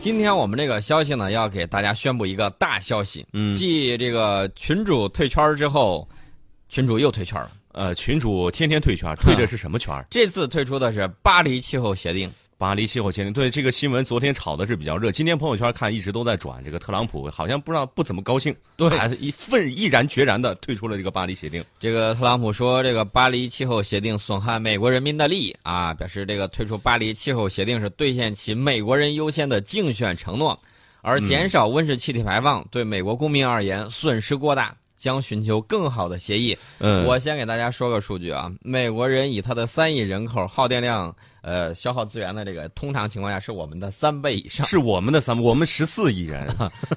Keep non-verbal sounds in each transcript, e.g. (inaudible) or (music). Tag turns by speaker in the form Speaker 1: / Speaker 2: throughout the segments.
Speaker 1: 今天我们这个消息呢，要给大家宣布一个大消息，
Speaker 2: 嗯
Speaker 1: 继这个群主退圈之后，群主又退圈了。
Speaker 2: 呃，群主天天退圈，退的是什么圈儿？
Speaker 1: 这次退出的是巴黎气候协定，
Speaker 2: 巴黎气候协定。对这个新闻，昨天炒的是比较热，今天朋友圈看一直都在转。这个特朗普好像不知道不怎么高兴，
Speaker 1: 对
Speaker 2: 还是一愤毅然决然的退出了这个巴黎协定。
Speaker 1: 啊这个特朗普说，这个巴黎气候协定损害美国人民的利益啊，表示这个退出巴黎气候协定是兑现其美国人优先的竞选承诺，而减少温室气体排放对美国公民而言损失过大，将寻求更好的协议。
Speaker 2: 嗯，
Speaker 1: 我先给大家说个数据啊，美国人以他的三亿人口耗电量，呃，消耗资源的这个通常情况下是我们的三倍以
Speaker 2: (laughs)
Speaker 1: 上。
Speaker 2: 是我们的三，我们十四亿人，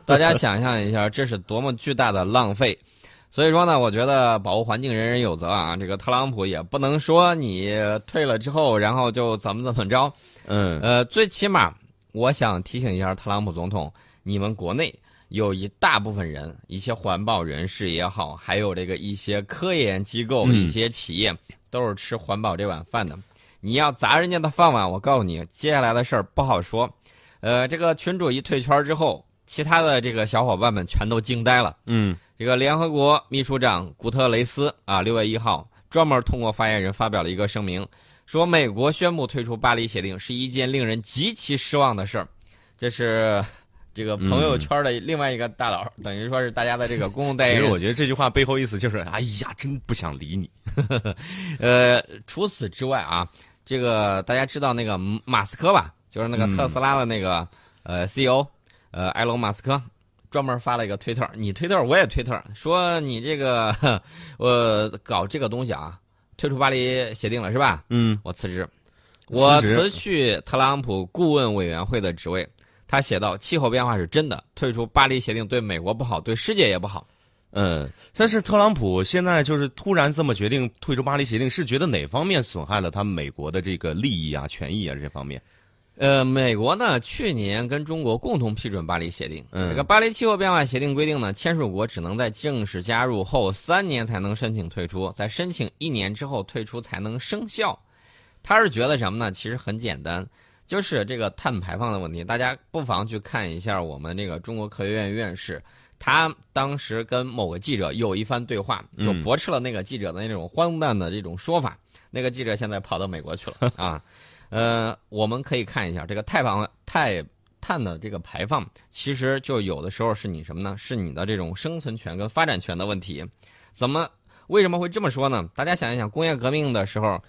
Speaker 1: 大家想象一下，这是多么巨大的浪费。所以说呢，我觉得保护环境人人有责啊。这个特朗普也不能说你退了之后，然后就怎么怎么着。
Speaker 2: 嗯，
Speaker 1: 呃，最起码我想提醒一下特朗普总统，你们国内有一大部分人，一些环保人士也好，还有这个一些科研机构、
Speaker 2: 嗯
Speaker 1: 一些企业，都是吃环保这碗饭的。你要砸人家的饭碗，我告诉你，接下来的事儿不好说。呃，这个群主一退圈之后，其他的这个小伙伴们全都惊呆了。
Speaker 2: 嗯，
Speaker 1: 这个联合国秘书长古特雷斯啊，六月一号专门通过发言人发表了一个声明，说美国宣布退出巴黎协定是一件令人极其失望的事儿。这是这个朋友圈的另外一个大佬，等于说是大家的这个公共代
Speaker 2: 嗯其
Speaker 1: 言
Speaker 2: 实
Speaker 1: 人
Speaker 2: 我。觉得这句话背后意思就是，哎呀，真不想理你。
Speaker 1: 呃，除此之外啊，这个大家知道那个马斯克吧，就是那个特斯拉的那个、呃 CEO，呃，埃隆·马斯克。专门发了一个推特，你推特我也推特，说你这个呵呃搞这个东西啊，退出巴黎协定了是吧？
Speaker 2: 嗯，
Speaker 1: 我辞职，我
Speaker 2: 辞职
Speaker 1: 辞去特朗普顾问委员会的职位。他写道：“气候变化是真的，退出巴黎协定对美国不好，对世界也不好。
Speaker 2: 嗯，但是特朗普现在就是突然这么决定退出巴黎协定，是觉得哪方面损害了他美国的这个利益啊、权益啊这方面？
Speaker 1: 呃，美国呢去年跟中国共同批准巴黎协定。
Speaker 2: 嗯
Speaker 1: 这个巴黎气候变化协定规定呢，签署国只能在正式加入后三年才能申请退出，在申请一年之后退出才能生效。他是觉得什么呢？其实很简单，就是这个碳排放的问题。大家不妨去看一下我们这个中国科学院院士，他当时跟某个记者有一番对话，就
Speaker 2: 嗯
Speaker 1: 驳斥了那个记者的那种荒诞的这种说法。那个记者现在跑到美国去了啊。呃，我们可以看一下这个碳排放碳碳的这个排放，其实就有的时候是你什么呢？是你的这种生存权跟发展权的问题。怎么为什么会这么说呢？大家想一想，工业革命的时候，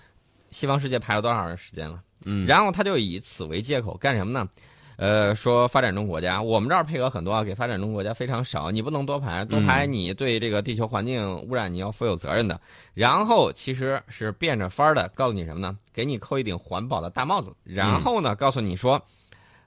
Speaker 1: 西方世界排了多少时间了？
Speaker 2: 嗯，
Speaker 1: 然后他就以此为借口干什么呢？呃，说发展中国家，我们这儿配额很多啊，给发展中国家非常少，你不能多排，多排你对这个地球环境污染你要负有责任的。然后其实是变着法儿的告诉你什么呢？给你扣一顶环保的大帽子，然
Speaker 2: 嗯
Speaker 1: 后呢，告诉你说，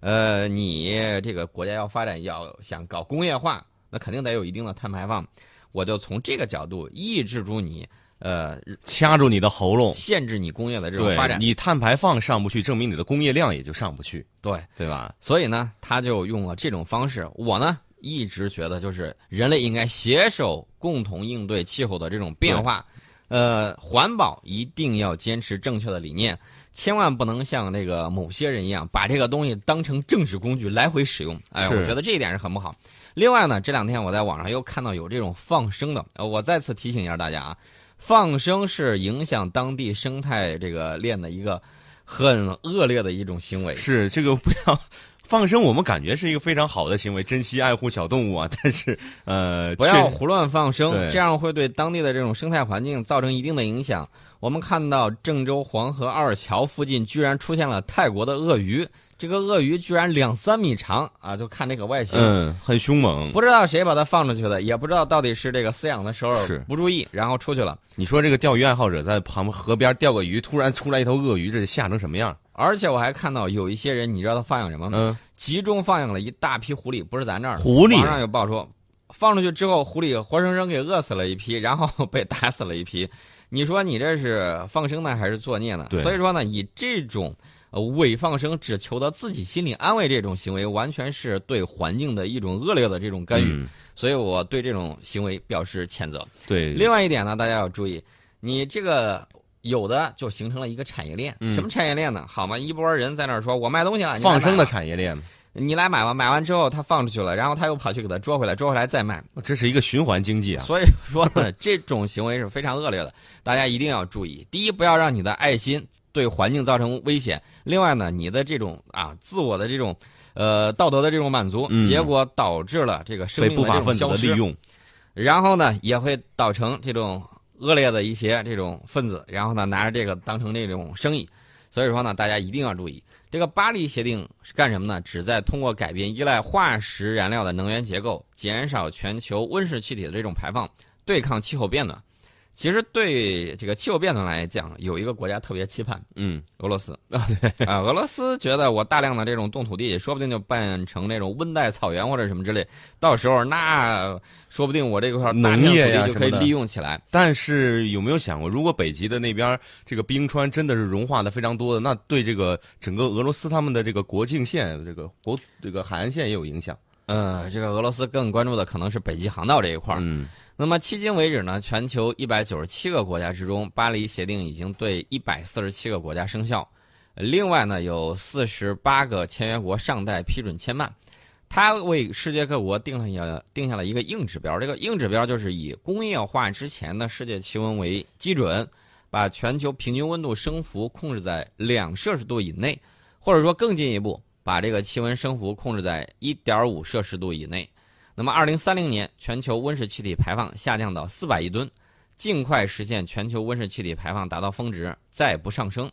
Speaker 1: 呃，你这个国家要发展，要想搞工业化，那肯定得有一定的碳排放。我就从这个角度抑制住你，呃，
Speaker 2: 掐住你的喉咙，
Speaker 1: 限制你工业的这种
Speaker 2: 对
Speaker 1: 发展。
Speaker 2: 你碳排放上不去，证明你的工业量也就上不去，
Speaker 1: 对，
Speaker 2: 对吧？
Speaker 1: 所以呢，他就用了这种方式。我呢一直觉得，就是人类应该携手共同应对气候的这种变化。呃，环保一定要坚持正确的理念，千万不能像那个某些人一样，把这个东西当成政治工具来回使用。哎，
Speaker 2: 是
Speaker 1: 我觉得这一点是很不好。另外呢，这两天我在网上又看到有这种放生的，呃，我再次提醒一下大家啊，放生是影响当地生态这个链的一个很恶劣的一种行为。
Speaker 2: 是这个不要放生，我们感觉是一个非常好的行为，珍惜爱护小动物啊。 (laughs) 但是呃，
Speaker 1: 不要
Speaker 2: 确
Speaker 1: 胡乱放生，
Speaker 2: 对
Speaker 1: 这样会对当地的这种生态环境造成一定的影响。我们看到郑州黄河二桥附近居然出现了泰国的鳄鱼，这个鳄鱼居然两三米长啊！就看这个外形，
Speaker 2: 嗯，很凶猛。
Speaker 1: 不知道谁把它放出去的，也不知道到底是这个饲养的时候
Speaker 2: 是
Speaker 1: 不注意，然后出去了。
Speaker 2: 你说这个钓鱼爱好者在旁边河边钓个鱼，突然出来一头鳄鱼，这吓成什么样？
Speaker 1: 而且我还看到有一些人，你知道他放养什么吗？
Speaker 2: 嗯，
Speaker 1: 集中放养了一大批狐狸，不是咱这儿的
Speaker 2: 狐狸
Speaker 1: 网上有报说，放出去之后，狐狸活生生给饿死了一批，然后 (laughs) 被打死了一批。你说你这是放生呢，还是作孽呢？
Speaker 2: 对
Speaker 1: 所以说呢，以这种呃伪放生，只求得自己心理安慰这种行为，完全是对环境的一种恶劣的这种干预。
Speaker 2: 嗯
Speaker 1: 所以我对这种行为表示谴责。
Speaker 2: 对，
Speaker 1: 另外一点呢，大家要注意，你这个。有的就形成了一个产业链，
Speaker 2: 嗯
Speaker 1: 什么产业链呢？好嘛，一波人在那儿说，我卖东西了，你来啊
Speaker 2: 放
Speaker 1: 买
Speaker 2: 生的
Speaker 1: 吧
Speaker 2: 产业链，
Speaker 1: 你来买吧，买完之后他放出去了，然后他又跑去给他捉回来，捉回来再卖。
Speaker 2: 这是一个循环经济啊。
Speaker 1: 所以说呢，这种行为是非常恶劣的，大家一定要注意。第一，不要让你的爱心对环境造成危险；另外呢，你的这种啊自我的这种呃道德的这种满足，
Speaker 2: 嗯
Speaker 1: 结果导致了这个生
Speaker 2: 被
Speaker 1: 命
Speaker 2: 不
Speaker 1: 的这
Speaker 2: 法
Speaker 1: 种
Speaker 2: 分子
Speaker 1: 消
Speaker 2: 的利
Speaker 1: 失，
Speaker 2: 用，
Speaker 1: 然后呢，也会导成这种恶劣的一些这种分子，然后呢拿着这个当成这种生意。所以说呢，大家一定要注意，这个巴黎协定是干什么呢？旨在通过改变依赖化石燃料的能源结构，减少全球温室气体的这种排放，对抗气候变暖。其实对这个气候变暖来讲，有一个国家特别期盼，
Speaker 2: 嗯，
Speaker 1: 俄罗斯啊，对啊，俄罗斯觉得我大量的这种冻土地，说不定就办成那种温带草原或者什么之类，到时候那说不定我这块儿大量
Speaker 2: 农
Speaker 1: 土
Speaker 2: 业呀
Speaker 1: 地就可以
Speaker 2: 什么的
Speaker 1: 利用起来。
Speaker 2: 但是有没有想过，如果北极的那边儿这个冰川真的是融化的非常多的，那对这个整个俄罗斯他们的这个国境线、这个国这个海岸线也有影响。
Speaker 1: 呃，这个俄罗斯更关注的可能是北极航道这一块儿。
Speaker 2: 嗯，
Speaker 1: 那么迄今为止呢，全球一百九十七个国家之中，巴黎协定已经对一百四十七个国家生效，呃另外呢有四十八个签约国尚待批准签办。它为世界各国定下了定下了一个硬指标，这个硬指标就是以工业化之前的世界气温为基准，把全球平均温度升幅控制在两摄氏度以内，或者说更进一步，把这个气温升幅控制在一点五摄氏度以内。那么，二零三零年全球温室气体排放下降到四百亿吨，尽快实现全球温室气体排放达到峰值，再不上升。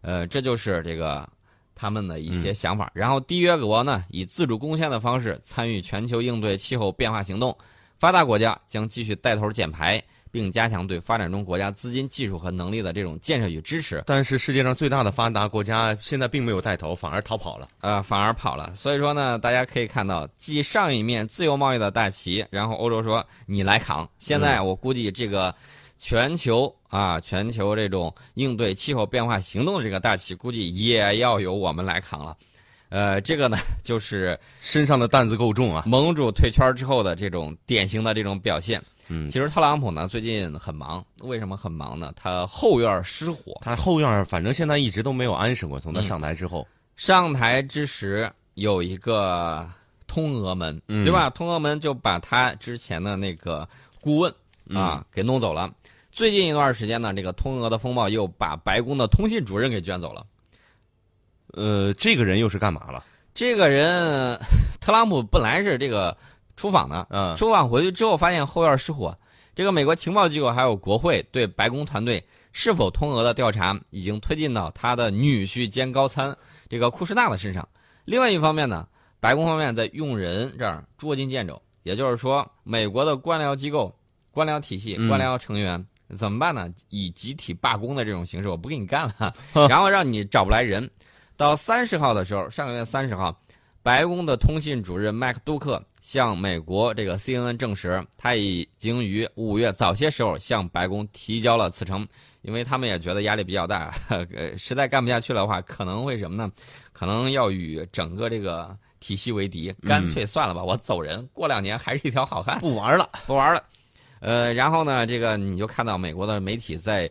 Speaker 1: 呃，这就是这个他们的一些想法。然后，缔约国呢以自主贡献的方式参与全球应对气候变化行动，发达国家将继续带头减排，并加强对发展中国家资金、技术和能力的这种建设与支持。
Speaker 2: 但是世界上最大的发达国家现在并没有带头，反而逃跑了。
Speaker 1: 呃，反而跑了。所以说呢，大家可以看到，继上一面自由贸易的大旗，然后欧洲说你来扛。现在我估计这个全球啊，全球这种应对气候变化行动的这个大旗，估计也要由我们来扛了。呃，这个呢，就是
Speaker 2: 身上的担子够重啊。
Speaker 1: 盟主退圈之后的这种典型的这种表现。
Speaker 2: 嗯
Speaker 1: 其实特朗普呢最近很忙，为什么很忙呢？他后院失火，
Speaker 2: 他后院儿反正现在一直都没有安生过，从他上台之后，
Speaker 1: 上台之时有一个通俄门，
Speaker 2: 嗯
Speaker 1: 对吧？通俄门就把他之前的那个顾问啊、给弄走了。最近一段时间呢，这个通俄的风暴又把白宫的通信主任给卷走了。
Speaker 2: 呃，这个人又是干嘛了？
Speaker 1: 这个人， (laughs) 特朗普本来是这个出访的，
Speaker 2: 嗯，
Speaker 1: 出访回去之后发现后院失火。这个美国情报机构还有国会对白宫团队是否通俄的调查已经推进到他的女婿兼高参这个库什纳的身上。另外一方面呢，白宫方面在用人这儿捉襟见肘，也就是说，美国的官僚机构、官僚体系、
Speaker 2: 嗯
Speaker 1: 官僚成员、怎么办呢？以集体罢工的这种形式，我不给你干
Speaker 2: (laughs)
Speaker 1: 了，然后让你找不来人。到三十号的时候，上个月三十号，白宫的通信主任麦克杜克向美国这个 CNN 证实，他已经于五月早些时候向白宫提交了辞呈，因为他们也觉得压力比较大， (laughs) 呃，实在干不下去的话，可能会什么呢？可能要与整个这个体系为敌，干脆算了吧，我走人，过两年还是一条好汉，
Speaker 2: 不玩了。
Speaker 1: (laughs) 不玩了。呃，然后呢，这个你就看到美国的媒体在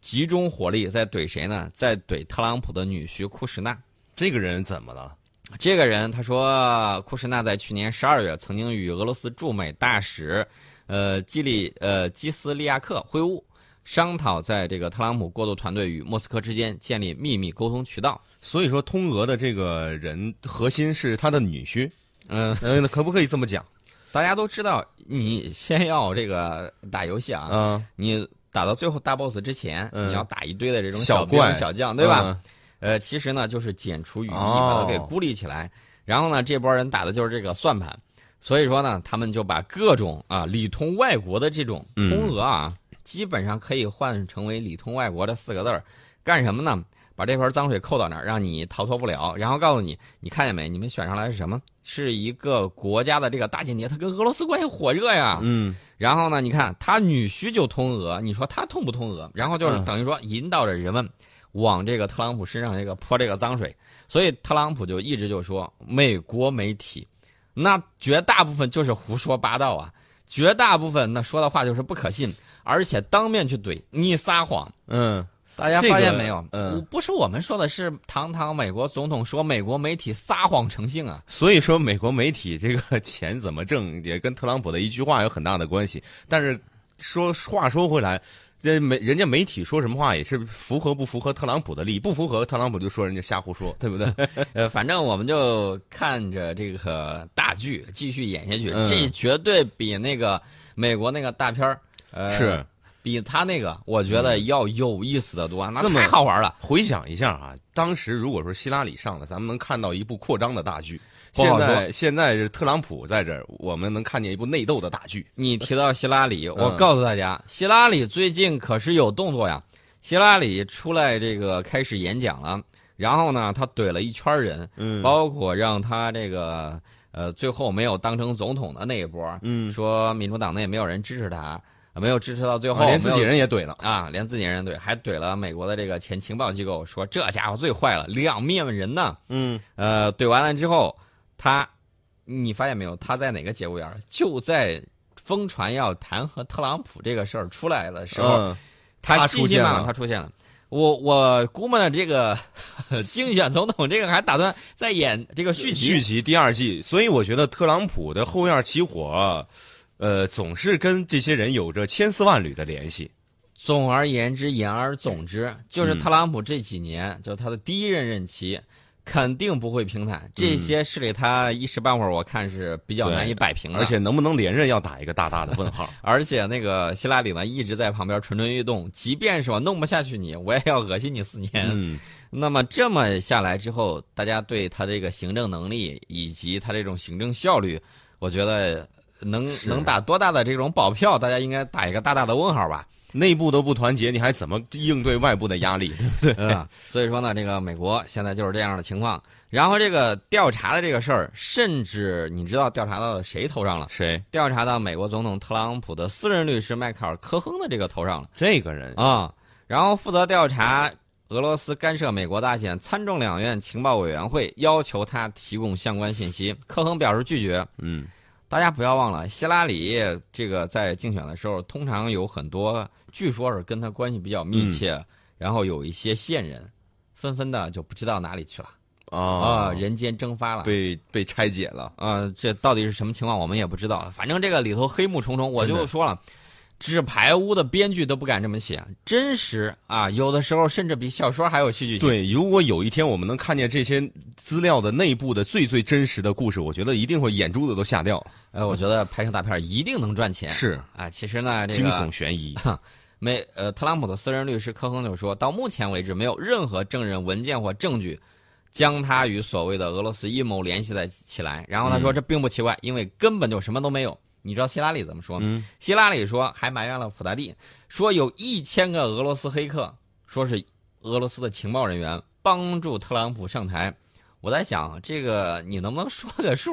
Speaker 1: 集中火力在怼谁呢？在怼特朗普的女婿库什纳。
Speaker 2: 这个人怎么了？
Speaker 1: 这个人他说，库什纳在去年十二月曾经与俄罗斯驻美大使，呃，基里呃基斯利亚克会晤，商讨在这个特朗普过渡团队与莫斯科之间建立秘密沟通渠道。
Speaker 2: 所以说，通俄的这个人核心是他的女婿，
Speaker 1: 嗯、
Speaker 2: 嗯、可不可以这么讲？
Speaker 1: 大家都知道，你先要这个打游戏啊，
Speaker 2: 嗯，
Speaker 1: 你打到最后大 boss 之前，
Speaker 2: 嗯
Speaker 1: 你要打一堆的这种
Speaker 2: 小
Speaker 1: 兵
Speaker 2: 怪
Speaker 1: 小将，对吧？
Speaker 2: 嗯？
Speaker 1: 呃，其实呢就是剪除羽翼，
Speaker 2: 哦
Speaker 1: 把它给孤立起来。然后呢，这波人打的就是这个算盘，所以说呢，他们就把各种啊里通外国的这种
Speaker 2: 嗯
Speaker 1: 通俄啊，基本上可以换成为里通外国这四个字儿，干什么呢？把这盆脏水扣到那儿，让你逃脱不了，然后告诉你，你看见没？你们选上来是什么？是一个国家的这个大间谍，他跟俄罗斯关系火热呀。
Speaker 2: 嗯，
Speaker 1: 然后呢，你看他女婿就通俄，你说他通不通俄？然后就是
Speaker 2: 嗯
Speaker 1: 等于说引导着人们往这个特朗普身上这个泼这个脏水，所以特朗普就一直就说美国媒体，那绝大部分就是胡说八道啊，绝大部分那说的话就是不可信，而且当面去怼你撒谎，
Speaker 2: 嗯，
Speaker 1: 大家发
Speaker 2: 这
Speaker 1: 现
Speaker 2: 个
Speaker 1: 没有？
Speaker 2: 嗯
Speaker 1: 不不是我们说的，是堂堂美国总统说美国媒体撒谎成性啊！
Speaker 2: 所以说，美国媒体这个钱怎么挣，也跟特朗普的一句话有很大的关系。但是说话说回来，这媒人家媒体说什么话也是符合不符合特朗普的利益，不符合特朗普就说人家瞎胡说，对不对？
Speaker 1: 呃，反正我们就看着这个大剧继续演下去，
Speaker 2: 嗯
Speaker 1: 这绝对比那个美国那个大片儿，呃，
Speaker 2: (laughs) 是嗯
Speaker 1: 比他那个我觉得要有意思的多，那
Speaker 2: 这么
Speaker 1: 太好玩了。
Speaker 2: 回想一下啊，当时如果说希拉里上了，咱们能看到一部扩张的大剧。
Speaker 1: 不好
Speaker 2: 现
Speaker 1: 说
Speaker 2: 在现在是特朗普在这儿，我们能看见一部内斗的大剧。
Speaker 1: 你提
Speaker 2: 呃
Speaker 1: 到希拉里，我
Speaker 2: 嗯
Speaker 1: 告诉大家，希拉里最近可是有动作呀。希拉里出来这个开始演讲了，然后呢，他怼了一圈人，
Speaker 2: 嗯
Speaker 1: 包括让他这个呃最后没有当成总统的那一波，
Speaker 2: 嗯，
Speaker 1: 说民主党内没有人支持他，呃没有支持到最
Speaker 2: 然
Speaker 1: 后，
Speaker 2: 后啊连自
Speaker 1: 没有
Speaker 2: 己人也怼了。
Speaker 1: 啊，连自己人怼，还怼了美国的这个前情报机构，说这家伙最坏了，两面人呢。
Speaker 2: 嗯，
Speaker 1: 呃，怼完了之后，他，你发现没有？他在哪个节骨眼儿？就在疯传要弹劾特朗普这个事儿出来的时候，
Speaker 2: 嗯
Speaker 1: 他
Speaker 2: 他
Speaker 1: 信
Speaker 2: 出
Speaker 1: 心
Speaker 2: 现
Speaker 1: 满
Speaker 2: 了
Speaker 1: 满他出现了。我我估摸着这个 (laughs) 竞选总统这个还打算再演这个续集
Speaker 2: 续，集第二季，所以我觉得特朗普的后院起火，呃，总是跟这些人有着千丝万缕的联系。
Speaker 1: 总而言之，言而总之，就是
Speaker 2: 嗯
Speaker 1: 特朗普这几年，就是他的第一任任期，肯定不会平坦。这些事里他一时半会儿我看是比较
Speaker 2: 嗯对
Speaker 1: 难以摆平的。
Speaker 2: 而，且能不能连任要打一个大大的问号。
Speaker 1: 而且那个希拉里呢，一直在旁边蠢蠢欲动，即便是我弄不下去你，我也要恶心你四年。
Speaker 2: (laughs) 嗯，
Speaker 1: (laughs) 那么这么下来之后，大家对他这个行政能力以及他这种行政效率，我觉得能
Speaker 2: 是
Speaker 1: 能打多大的这种保票，大家应该打一个大大的问号吧。
Speaker 2: 内部都不团结，你还怎么应对外部的压力？
Speaker 1: 嗯，所以说呢，这个美国现在就是这样的情况。然后这个调查的这个事儿，甚至你知道调查到谁头上了？
Speaker 2: (laughs) 谁？
Speaker 1: 调查到美国总统特朗普的私人律师迈克尔·科亨的这个头上了
Speaker 2: 这个人
Speaker 1: 啊、然后负责调查俄罗斯干涉美国大选，参众两院情报委员会要求他提供相关信息，科亨表示拒绝。
Speaker 2: 嗯，
Speaker 1: 大家不要忘了，希拉里这个在竞选的时候，通常有很多据说是跟他关系比较密切，
Speaker 2: 嗯
Speaker 1: 然后有一些线人，纷纷的就不知道哪里去了啊、
Speaker 2: 啊，
Speaker 1: 人间蒸发了。
Speaker 2: 被被拆解了。
Speaker 1: 啊、这到底是什么情况，我们也不知道。反正这个里头黑幕重重，我
Speaker 2: 真
Speaker 1: 就
Speaker 2: 的
Speaker 1: 说了，纸牌屋的编剧都不敢这么写，真实啊，有的时候甚至比小说还有戏剧性。
Speaker 2: 对，如果有一天我们能看见这些资料的内部的最最真实的故事，我觉得一定会眼珠子都吓掉。
Speaker 1: 呃，我觉得拍成大片儿一定能赚钱。
Speaker 2: 是
Speaker 1: 啊，其实呢，这个
Speaker 2: 惊悚悬疑。 (laughs)
Speaker 1: 美呃，特朗普的私人律师科亨就说，到目前为止，没有任何证人、文件或证据将他与所谓的俄罗斯阴谋联系在起来。然后他说，这并不奇怪，因为根本就什么都没有。你知道希拉里怎么说吗？
Speaker 2: 嗯
Speaker 1: 希拉里说，还埋怨了普大帝，说有一千个俄罗斯黑客，说是俄罗斯的情报人员帮助特朗普上台。我在想，啊这个你能不能说个数？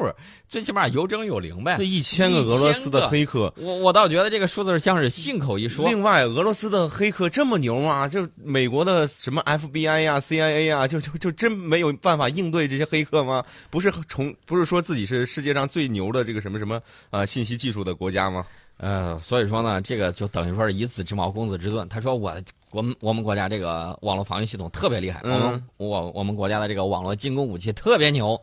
Speaker 1: 最起码有整有零呗
Speaker 2: 这。一千个俄罗斯的黑客，
Speaker 1: 我我倒觉得这个数字像是信口一说。
Speaker 2: 另外，俄罗斯的黑客这么牛吗？就美国的什么 FBI 呀、CIA 呀、就就就真没有办法应对这些黑客吗？不是从不是说自己是世界上最牛的这个什么什么啊信息技术的国家吗？
Speaker 1: 呃，所以说呢，这个就等于说是以子之矛攻子之盾。他说我我们我们国家这个网络防御系统特别厉害，
Speaker 2: 嗯
Speaker 1: 我们我我们国家的这个网络进攻武器特别牛。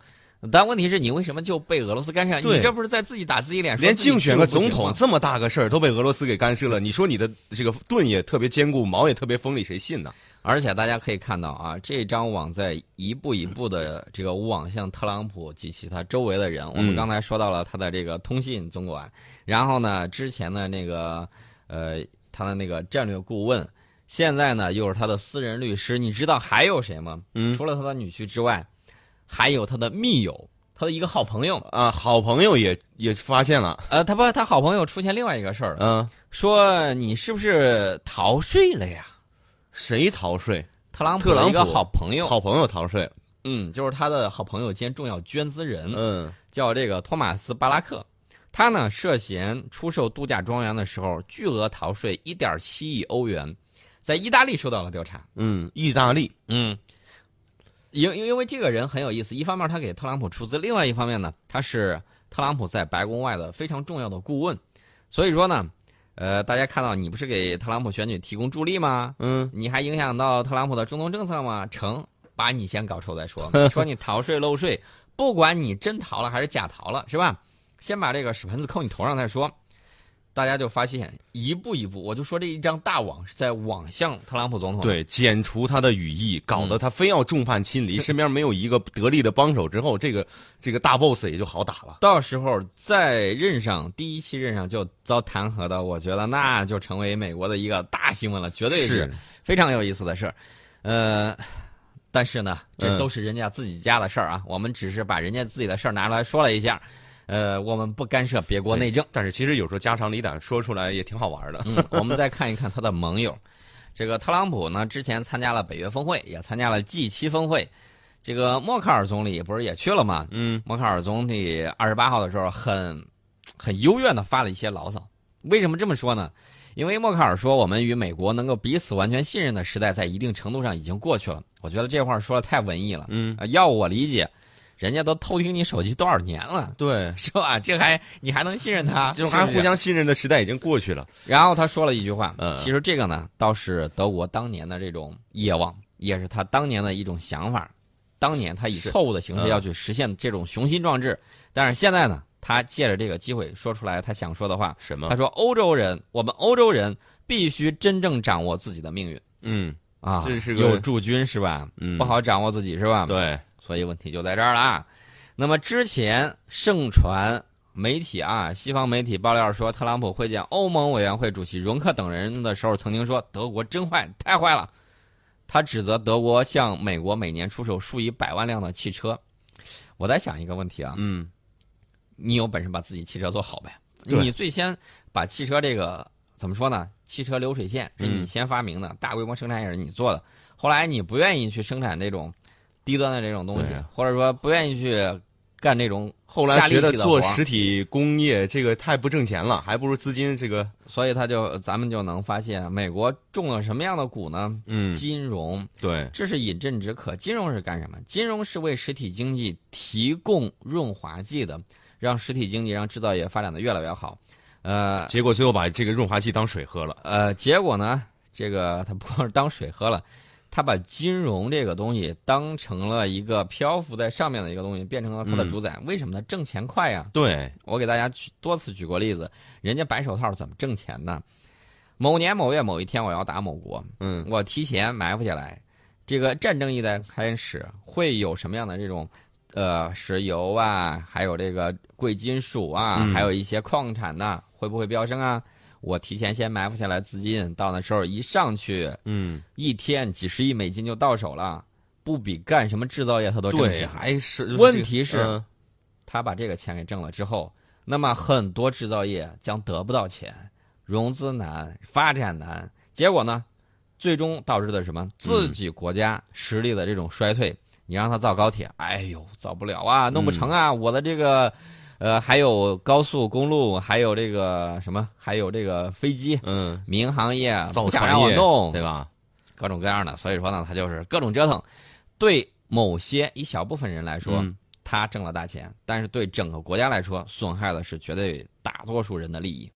Speaker 1: 但问题是你为什么就被俄罗斯干涉？
Speaker 2: 对
Speaker 1: 你这不是在自己打自己脸？说
Speaker 2: 连
Speaker 1: 自己
Speaker 2: 竞选个
Speaker 1: 吃肉
Speaker 2: 总
Speaker 1: 不行吗
Speaker 2: 统这么大个事儿都被俄罗斯给干涉了，你说你的这个盾也特别坚固，矛也特别锋利，谁信呢？
Speaker 1: 而且大家可以看到啊，这张网在一步一步的这个网向特朗普及其他周围的人。
Speaker 2: 嗯
Speaker 1: 我们刚才说到了他的这个通信总管，然后呢，之前的那个呃，他的那个战略顾问，现在呢又是他的私人律师。你知道还有谁吗？
Speaker 2: 嗯
Speaker 1: 除了他的女婿之外，还有他的密友，他的一个好朋友。
Speaker 2: 啊，好朋友也也发现了，
Speaker 1: 呃，他不，他好朋友出现另外一个事儿了，
Speaker 2: 嗯，
Speaker 1: 说你是不是逃税了呀？
Speaker 2: 谁逃税？
Speaker 1: 特朗普
Speaker 2: 特朗
Speaker 1: 的
Speaker 2: 普
Speaker 1: 一个好朋友，
Speaker 2: 好朋友逃税了，
Speaker 1: 嗯，就是他的好朋友兼重要捐资人，
Speaker 2: 嗯
Speaker 1: 叫这个托马斯·巴拉克。他呢涉嫌出售度假庄园的时候，巨额逃税一点七亿欧元，在意大利受到了调查。
Speaker 2: 嗯，意大利，
Speaker 1: 嗯，因因因为这个人很有意思，一方面他给特朗普出资，另外一方面呢，他是特朗普在白宫外的非常重要的顾问，所以说呢，呃，大家看到你不是给特朗普选举提供助力吗？
Speaker 2: 嗯，
Speaker 1: 你还影响到特朗普的中东政策吗？成，把你先搞臭再说。你说你逃税漏税，不管你真逃了还是假逃了，是吧？先把这个屎盆子扣你头上再说。大家就发现一步一步，我就说这一张大网是在网向特朗普总统。，
Speaker 2: 对，剪除他的羽翼，搞
Speaker 1: 嗯
Speaker 2: 得他非要众叛亲离，身边没有一个得力的帮手之后，这个这个大 boss 也就好打了。
Speaker 1: 到时候再任上第一期任上就遭弹劾的，我觉得那就成为美国的一个大新闻了，绝对
Speaker 2: 是，
Speaker 1: 非常有意思的事儿。呃，但是呢，这
Speaker 2: 嗯
Speaker 1: 都是人家自己家的事儿啊，我们只是把人家自己的事儿拿出来说了一下。呃，我们不干涉别国内政。
Speaker 2: 但是其实有时候家长里短说出来也挺好玩的。
Speaker 1: 嗯，我们再看一看他的盟友，这个特朗普呢，之前参加了北约峰会，也参加了 G 七峰会。这个默克尔总理不是也去了吗？
Speaker 2: 嗯，
Speaker 1: 默克尔总理二十八号的时候很很幽怨的发了一些牢骚。为什么这么说呢？因为默克尔说，我们与美国能够彼此完全信任的时代，在一定程度上已经过去了。我觉得这话说的太文艺了。
Speaker 2: 嗯
Speaker 1: 呃要我理解，人家都偷听你手机多少年了，
Speaker 2: 对，
Speaker 1: 是吧？这还你还能信任他？
Speaker 2: 这种
Speaker 1: 是
Speaker 2: 还
Speaker 1: 不是啊
Speaker 2: 互相信任的时代已经过去了。
Speaker 1: 然后他说了一句话，
Speaker 2: 嗯
Speaker 1: 其实这个呢，倒是德国当年的这种野望，也是他当年的一种想法。当年他以
Speaker 2: 是
Speaker 1: 错误的形式
Speaker 2: 嗯
Speaker 1: 要去实现这种雄心壮志，但是现在呢，他借着这个机会说出来他想说的话。
Speaker 2: 什
Speaker 1: 他
Speaker 2: 么？
Speaker 1: 说：“欧洲人，我们欧洲人必须真正掌握自己的命运
Speaker 2: 嗯
Speaker 1: 啊！
Speaker 2: 这是个
Speaker 1: 有驻军是吧？
Speaker 2: 嗯，
Speaker 1: 不。好掌握自己是吧？
Speaker 2: 对，
Speaker 1: 所以问题就在这儿了啊。那么之前盛传媒体啊，西方媒体爆料说，特朗普会见欧盟委员会主席容克等人的时候，曾经说德国真坏，太坏了。他指责德国向美国每年出售数以百万辆的汽车。我在想一个问题啊，
Speaker 2: 嗯，
Speaker 1: 你有本事把自己汽车做好呗，
Speaker 2: 对
Speaker 1: 你最先把汽车这个怎么说呢？汽车流水线是
Speaker 2: 嗯
Speaker 1: 你先发明的，大规模生产也是你做的。后来你不愿意去生产这种低端的这种东西
Speaker 2: 对啊，
Speaker 1: 或者说不愿意去干这种
Speaker 2: 后
Speaker 1: 下
Speaker 2: 来
Speaker 1: 力
Speaker 2: 觉
Speaker 1: 气
Speaker 2: 得
Speaker 1: 的活
Speaker 2: 做
Speaker 1: 儿，
Speaker 2: 实体工业这个太不挣钱了，还不如资金这个。
Speaker 1: 所以他就咱们就能发现，美国中了什么样的股呢？
Speaker 2: 嗯，
Speaker 1: 金融，
Speaker 2: 对，
Speaker 1: 这是饮鸩止渴。金融是干什么？金融是为实体经济提供润滑剂的，让实体经济、让制造业发展的越来越好。呃，
Speaker 2: 结果最后把这个润滑剂当水喝了。
Speaker 1: 呃，结果呢，这个他不光是当水喝了，他把金融这个东西当成了一个漂浮在上面的一个东西，变成了他的
Speaker 2: 嗯
Speaker 1: 主宰。为什么呢？挣钱快呀！
Speaker 2: 对，
Speaker 1: 我给大家举多次举过例子，人家白手套怎么挣钱呢？某年某月某一天，我要打某国，
Speaker 2: 嗯，
Speaker 1: 我提前埋伏起来，这个战争一旦开始，会有什么样的这种，呃，石油啊，还有这个贵金属啊，
Speaker 2: 嗯
Speaker 1: 还有一些矿产呐、会不会飙升啊？我提前先埋伏下来资金，到那时候一上去，
Speaker 2: 嗯，
Speaker 1: 一天几十亿美金就到手了，不比干什么制造业他都挣
Speaker 2: 对，
Speaker 1: 钱。
Speaker 2: 还是就是
Speaker 1: 问
Speaker 2: 这个
Speaker 1: 题是
Speaker 2: 嗯
Speaker 1: 他把这个钱给挣了之后，那么很多制造业将得不到钱，融资难、发展难，结果呢，最终导致的什么？自
Speaker 2: 嗯
Speaker 1: 己国家实力的这种衰退。你让他造高铁，哎呦，造不了啊，弄不成
Speaker 2: 嗯
Speaker 1: 啊！我的这个，呃，还有高速公路，还有这个什么，还有这个飞机，
Speaker 2: 嗯，
Speaker 1: 民航业啊
Speaker 2: 造
Speaker 1: 不想
Speaker 2: 船
Speaker 1: 让我
Speaker 2: 业
Speaker 1: 弄，
Speaker 2: 对吧？
Speaker 1: 各种各样的。所以说呢，他就是各种折腾。对某些一小部分人来说，
Speaker 2: 嗯
Speaker 1: 他挣了大钱，但是对整个国家来说，损害的是绝对大多数人的利益。